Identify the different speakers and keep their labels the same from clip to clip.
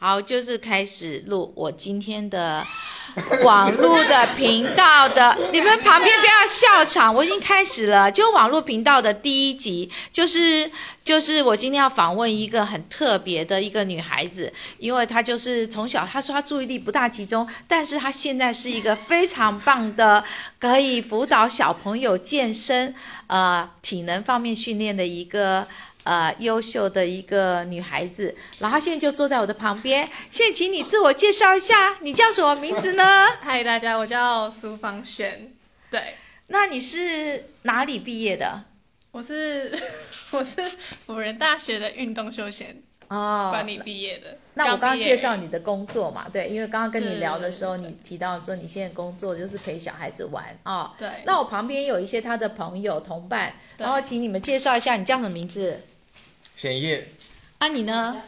Speaker 1: 好，就是开始录我今天的 网络的频道的，你们旁边不要笑场，我已经开始了。就网络频道的第一集，就是就是我今天要访问一个很特别的一个女孩子，因为她就是从小她说她注意力不大集中，但是她现在是一个非常棒的，可以辅导小朋友健身、呃体能方面训练的一个。呃，优秀的一个女孩子，然后她现在就坐在我的旁边。现在请你自我介绍一下，你叫什么名字呢？
Speaker 2: 嗨，大家，我叫苏芳璇，对，
Speaker 1: 那你是哪里毕业的？
Speaker 2: 我是 我是辅仁大学的运动休闲
Speaker 1: 哦
Speaker 2: 管理毕业的。
Speaker 1: 那我刚刚
Speaker 2: 毕业
Speaker 1: 介绍你的工作嘛，对，因为刚刚跟你聊的时候，
Speaker 2: 对对
Speaker 1: 你提到说你现在工作就是陪小孩子玩啊、哦。
Speaker 2: 对
Speaker 1: 那我旁边有一些他的朋友同伴，
Speaker 2: 对
Speaker 1: 然后请你们介绍一下，你叫什么名字？
Speaker 3: 显业，
Speaker 1: 啊，你呢？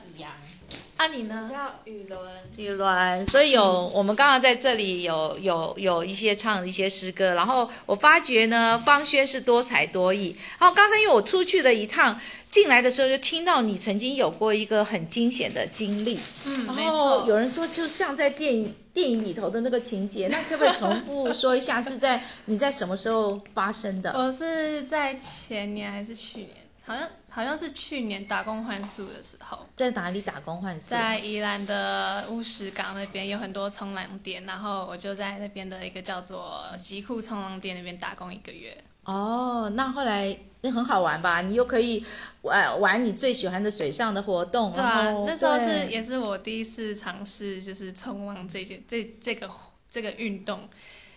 Speaker 1: 啊，你
Speaker 4: 我
Speaker 1: 呢？
Speaker 4: 叫雨伦，
Speaker 1: 雨伦，所以有、我们刚刚在这里有有有一些唱一些诗歌，然后我发觉呢，方轩是多才多艺。然后刚才因为我出去了一趟，进来的时候就听到你曾经有过一个很惊险的经历，
Speaker 2: 嗯
Speaker 1: 然
Speaker 2: 没
Speaker 1: 后
Speaker 2: 错
Speaker 1: 有人说就像在电影电影里头的那个情节，那可不可以重复说一下是在你在什么时候发生的？
Speaker 2: 我是在前年还是去年，好像好像是去年打工换宿的时候，
Speaker 1: 在哪里打工换宿？
Speaker 2: 在宜兰的乌石港那边有很多冲浪店，然后我就在那边的一个叫做极酷冲浪店那边打工一个月。
Speaker 1: 哦，那后来那很好玩吧？你又可以玩玩你最喜欢的水上的活动，
Speaker 2: 对
Speaker 1: 哦然
Speaker 2: 啊
Speaker 1: 后，
Speaker 2: 那时候是
Speaker 1: 对
Speaker 2: 也是我第一次尝试就是冲浪这件这这个这个运动，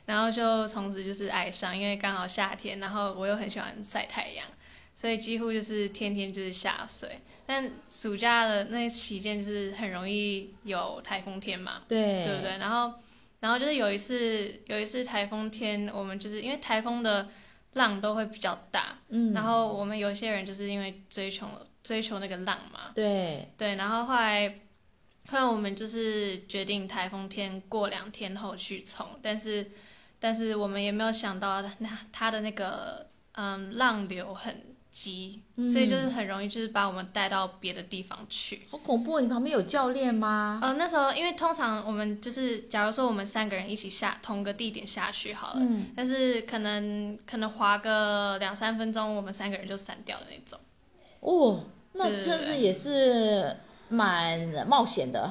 Speaker 2: 然后就从此就是爱上，因为刚好夏天，然后我又很喜欢晒太阳，所以几乎就是天天就是下水。但暑假的那期间就是很容易有台风天嘛，
Speaker 1: 对
Speaker 2: 对不对？然后然后就是有一次有一次台风天，我们就是因为台风的浪都会比较大，
Speaker 1: 嗯
Speaker 2: 然后我们有些人就是因为追求追求那个浪嘛，
Speaker 1: 对
Speaker 2: 对，然后后来后来我们就是决定台风天过两天后去冲，但是但是我们也没有想到那它的那个嗯浪流很急，所以就是
Speaker 1: 嗯
Speaker 2: 很容易就是把我们带到别的地方去。
Speaker 1: 好恐怖！你旁边有教练吗？
Speaker 2: 呃，那时候因为通常我们就是，假如说我们三个人一起下同个地点下去好了，
Speaker 1: 嗯
Speaker 2: 但是可能可能滑个两三分钟，我们三个人就散掉的那种。
Speaker 1: 哦，那
Speaker 2: 对对
Speaker 1: 真是
Speaker 2: 对
Speaker 1: 也是蛮冒险的。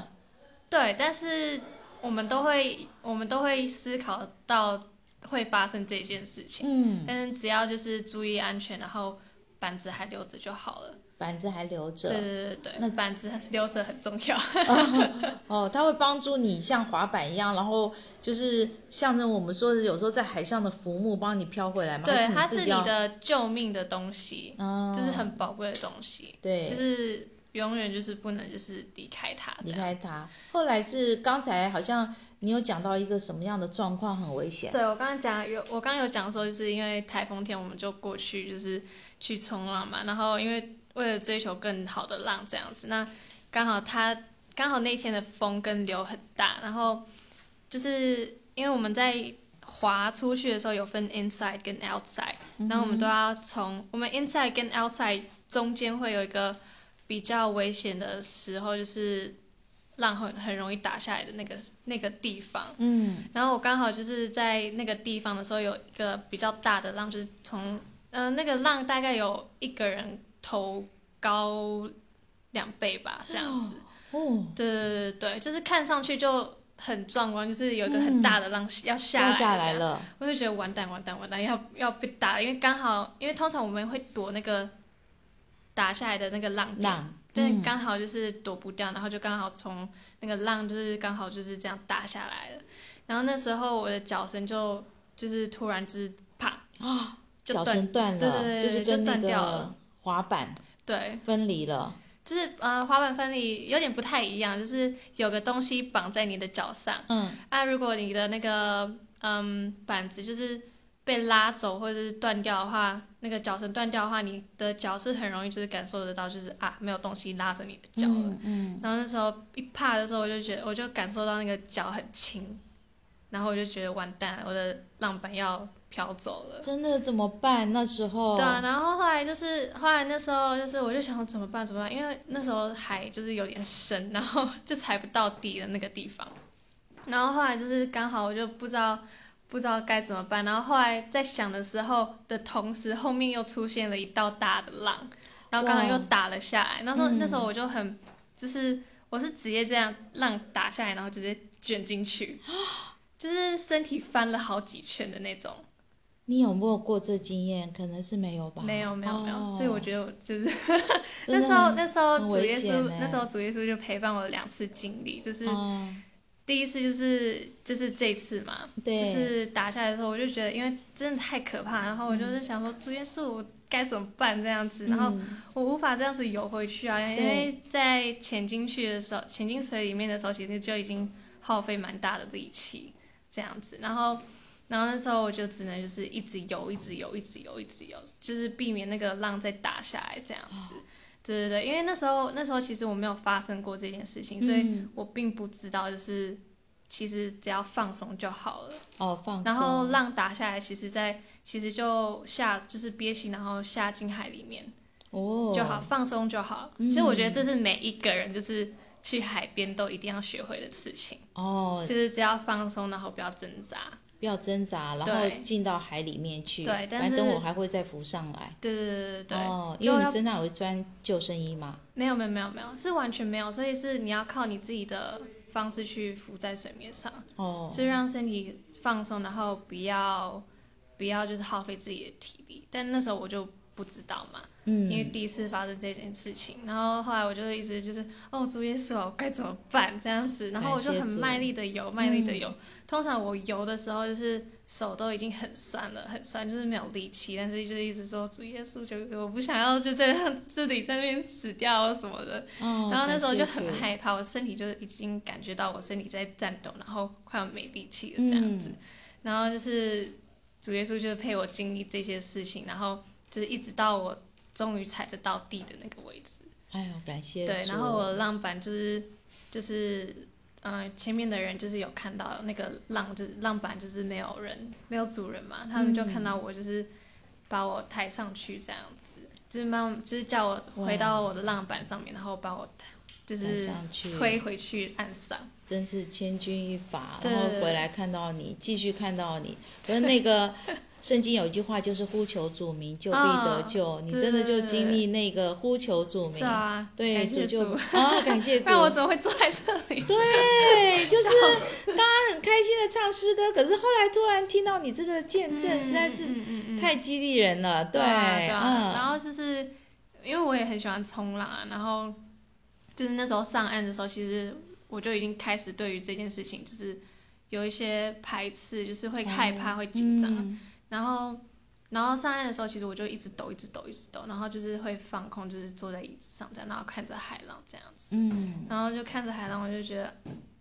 Speaker 2: 对，但是我们都会我们都会思考到会发生这件事情，
Speaker 1: 嗯，
Speaker 2: 但是只要就是注意安全，然后板子还留着就好了。
Speaker 1: 板子还留着。
Speaker 2: 对对对
Speaker 1: 那
Speaker 2: 对，板子留着很重要。
Speaker 1: 哦， 哦，它会帮助你像滑板一样，然后就是象征我们说的有时候在海上的浮木帮你飘回来嘛。还
Speaker 2: 对，它
Speaker 1: 是
Speaker 2: 是
Speaker 1: 自
Speaker 2: 你
Speaker 1: 己要
Speaker 2: 的救命的东西，
Speaker 1: 哦
Speaker 2: 就是很宝贵的东西，
Speaker 1: 对
Speaker 2: 就是永远就是不能就是离开它，
Speaker 1: 离开。它。后来是刚才好像你有讲到一个什么样的状况很危险？
Speaker 2: 对我刚刚讲有，我刚刚有讲说，就是因为台风天我们就过去就是去冲浪嘛，然后因为为了追求更好的浪这样子，那刚好它刚好那天的风跟流很大，然后就是因为我们在滑出去的时候有分 inside 跟 outside，、然
Speaker 1: 嗯
Speaker 2: 后我们都要从我们 inside 跟 outside 中间会有一个比较危险的时候，就是浪很很容易打下来的那个那个地方。
Speaker 1: 嗯，
Speaker 2: 然后我刚好就是在那个地方的时候，有一个比较大的浪，就是从嗯、呃、那个浪大概有一个人头高两倍吧，这样子。
Speaker 1: 哦，
Speaker 2: 对对对对，就是看上去就很壮观，就是有一个很大的浪要下来
Speaker 1: 嗯要下来
Speaker 2: 这样
Speaker 1: 了
Speaker 2: 我就觉得完蛋完蛋完蛋，要要被打了，因为刚好因为通常我们会躲那个打下来的那个浪点
Speaker 1: 浪嗯
Speaker 2: 但刚好就是躲不掉，然后就刚好从那个浪就是刚好就是这样打下来了，然后那时候我的脚绳就就是突然就是啪
Speaker 1: 啊，
Speaker 2: 就
Speaker 1: 脚
Speaker 2: 断
Speaker 1: 绳断
Speaker 2: 对
Speaker 1: 了，
Speaker 2: 对对
Speaker 1: 就是
Speaker 2: 就
Speaker 1: 跟那
Speaker 2: 断掉
Speaker 1: 个
Speaker 2: 了
Speaker 1: 滑板
Speaker 2: 对，
Speaker 1: 分离了。
Speaker 2: 就是呃滑板分离有点不太一样，就是有个东西绑在你的脚上，
Speaker 1: 嗯，
Speaker 2: 啊，如果你的那个嗯板子就是被拉走或者是断掉的话，那个脚绳断掉的话，你的脚是很容易就是感受得到，就是啊没有东西拉着你的脚了。
Speaker 1: 嗯嗯
Speaker 2: 然后那时候一怕的时候，我就觉得我就感受到那个脚很轻，然后我就觉得完蛋了，我的浪板要飘走了。
Speaker 1: 真的怎么办？那时候
Speaker 2: 对啊，然后后来就是后来那时候就是我就想说怎么办怎么办，因为那时候海就是有点深，然后就踩不到底的那个地方。然后后来就是刚好我就不知道不知道该怎么办，然后后来在想的时候的同时，后面又出现了一道大的浪，然后刚好又打了下来，然后那时候那时候我就很就是我是直接这样浪打下来，然后直接卷进去，就是身体翻了好几圈的那种。
Speaker 1: 你有没有过这经验？可能是没有吧。
Speaker 2: 没有没有没有，
Speaker 1: 哦
Speaker 2: 所以我觉得我就是
Speaker 1: 真的
Speaker 2: 那时候
Speaker 1: 很
Speaker 2: 那时候
Speaker 1: 很
Speaker 2: 主
Speaker 1: 危
Speaker 2: 耶
Speaker 1: 险
Speaker 2: 稣
Speaker 1: 欸
Speaker 2: 那时候主耶稣就陪伴我两次经历，就是
Speaker 1: 哦
Speaker 2: 第一次就是就是这次嘛，
Speaker 1: 对
Speaker 2: 就是打下来的时候我就觉得因为真的太可怕，然后我就是想说主耶稣我该怎么办这样子，然后
Speaker 1: 嗯
Speaker 2: 我无法这样子游回去啊，因
Speaker 1: 对
Speaker 2: 为在潜进去的时候，潜进水里面的时候，其实就已经耗费蛮大的力气这样子，然后。然后那时候我就只能就是一直游，一直游，一直游，一直游，就是避免那个浪再打下来这样子。
Speaker 1: 哦
Speaker 2: 对对对，因为那时候那时候其实我没有发生过这件事情，所以
Speaker 1: 嗯
Speaker 2: 我并不知道，就是其实只要放松就好了。
Speaker 1: 哦，放松。
Speaker 2: 然后浪打下来，其实在其实就下就是憋气，然后下进海里面
Speaker 1: 哦
Speaker 2: 就好，放松就好。
Speaker 1: 嗯
Speaker 2: 其实我觉得这是每一个人就是去海边都一定要学会的事情，
Speaker 1: 哦，
Speaker 2: 就是只要放松，然后不要挣扎。
Speaker 1: 不要挣扎，然
Speaker 2: 对
Speaker 1: 后进到海里面去。
Speaker 2: 对但
Speaker 1: 反正
Speaker 2: 是
Speaker 1: 我还会再浮上来。
Speaker 2: 对对对对对，
Speaker 1: 哦，
Speaker 2: 就
Speaker 1: 因为
Speaker 2: 要
Speaker 1: 你身上有穿救生衣嘛。
Speaker 2: 没有没有没有没有，是完全没有，所以是你要靠你自己的方式去浮在水面上。
Speaker 1: 哦，
Speaker 2: 就让身体放松，然后不要不要就是耗费自己的体力。但那时候我就不知道嘛，
Speaker 1: 嗯
Speaker 2: 因为第一次发生这件事情，然后后来我就一直就是哦，主耶稣啊，我该怎么办这样子，然后我就
Speaker 1: 感
Speaker 2: 很
Speaker 1: 谢主
Speaker 2: 卖力的游，卖力的
Speaker 1: 嗯
Speaker 2: 游。通常我游的时候就是手都已经很酸了，很酸，就是没有力气，但是就是一直说主耶稣，就我不想要就这样这里在那边死掉什么的。
Speaker 1: 哦
Speaker 2: 然后那时候就
Speaker 1: 感
Speaker 2: 很
Speaker 1: 谢主
Speaker 2: 害怕，我身体就是已经感觉到我身体在颤抖，然后快要没力气了这样子。
Speaker 1: 嗯
Speaker 2: 然后就是主耶稣就是陪我经历这些事情，然后就是一直到我终于踩得到地的那个位置。
Speaker 1: 哎呦，感谢
Speaker 2: 对，
Speaker 1: 主
Speaker 2: 然后我的浪板就是就是。嗯、前面的人就是有看到那个浪，就是浪板就是没有人，没有主人嘛，他们就看到
Speaker 1: 嗯
Speaker 2: 我就是把我抬上去这样子，就是慢，就是叫我回到我的浪板上面，然后把我抬就是
Speaker 1: 抬上去
Speaker 2: 推回去岸上。
Speaker 1: 真是千钧一发，
Speaker 2: 对
Speaker 1: 然后回来看到你，继续看到你。可是那个圣经有一句话就是呼求主名就必得救，
Speaker 2: 啊
Speaker 1: 你
Speaker 2: 对
Speaker 1: 真的就
Speaker 2: 对对
Speaker 1: 经历那个呼求主名，
Speaker 2: 对啊，
Speaker 1: 嗯对
Speaker 2: 感
Speaker 1: 主
Speaker 2: 谢
Speaker 1: 就
Speaker 2: 主
Speaker 1: 啊感谢主
Speaker 2: 那。我怎么会坐在这里？
Speaker 1: 对，就是刚刚很开心的唱诗歌，可是后来突然听到你这个见证，
Speaker 2: 嗯
Speaker 1: 实在是
Speaker 2: 嗯嗯嗯
Speaker 1: 太激励人了。
Speaker 2: 对啊对啊，
Speaker 1: 嗯，
Speaker 2: 然后就是因为我也很喜欢冲浪啊，然后就是那时候上岸的时候，其实我就已经开始对于这件事情就是有一些排斥，就是会害怕、
Speaker 1: 哦
Speaker 2: 会紧张，
Speaker 1: 嗯
Speaker 2: 然后。然后上岸的时候，其实我就一直抖，一直抖，一直抖，然后就是会放空，就是坐在椅子上这样，然后看着海浪这样子，
Speaker 1: 嗯，
Speaker 2: 然后就看着海浪，我就觉得，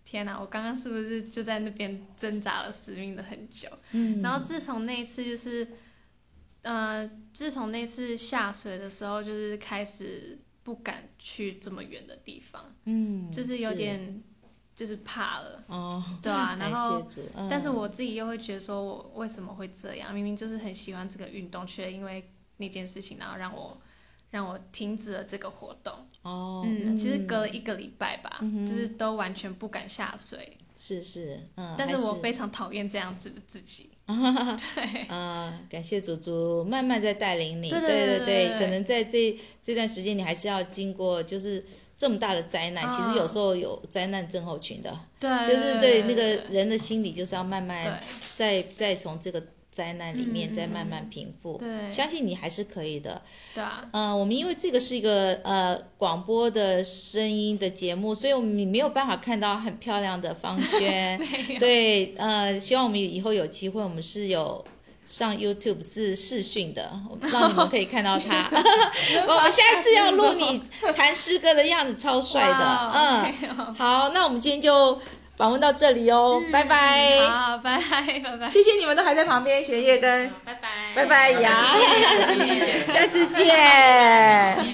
Speaker 2: 天啊哪，我刚刚是不是就在那边挣扎了、死命了很久？
Speaker 1: 嗯
Speaker 2: 然后自从那一次就是，呃，自从那次下水的时候，就是开始不敢去这么远的地方，
Speaker 1: 嗯，
Speaker 2: 就是有点就是怕了。
Speaker 1: 哦，
Speaker 2: 对啊，
Speaker 1: 感
Speaker 2: 然
Speaker 1: 谢
Speaker 2: 后
Speaker 1: 主，嗯
Speaker 2: 但是我自己又会觉得说，我为什么会这样？明明就是很喜欢这个运动，却因为那件事情，然后让我让我停止了这个活动。
Speaker 1: 哦，
Speaker 2: 嗯，其实隔了一个礼拜吧，
Speaker 1: 嗯哼
Speaker 2: 就是都完全不敢下水。
Speaker 1: 是是，嗯，
Speaker 2: 但是
Speaker 1: 还
Speaker 2: 我非常讨厌这样子的自己。对。
Speaker 1: 啊、感谢祖祖慢慢在带领你，
Speaker 2: 对对
Speaker 1: 对
Speaker 2: 对对对
Speaker 1: 可能在这这段时间，你还是要经过就是这么大的灾难，
Speaker 2: 啊
Speaker 1: 其实有时候有灾难症候群的，
Speaker 2: 对
Speaker 1: 哦就是对
Speaker 2: 对
Speaker 1: 那
Speaker 2: 对
Speaker 1: 个人的心理就是要慢慢再
Speaker 2: 对
Speaker 1: 再从这个灾难里面
Speaker 2: 嗯嗯
Speaker 1: 再慢慢平复，
Speaker 2: 对
Speaker 1: 相信你还是可以的，
Speaker 2: 对啊，
Speaker 1: 呃，我们因为这个是一个呃广播的声音的节目，所以我们你没有办法看到很漂亮的 方轩
Speaker 2: 没。有
Speaker 1: 对，呃，希望我们以后有机会，我们是有。上 YouTube 是视讯的，让你们可以看到 他。我我下一次要录你弹诗歌的样子，超帅的。
Speaker 2: 哇没有嗯
Speaker 1: 嗯，好，那我们今天就访问到这里哦，拜拜。
Speaker 2: 好好，拜拜，拜拜，
Speaker 1: 谢谢你们都还在旁边学乐跟
Speaker 2: 拜拜，
Speaker 1: 拜拜呀，下次见。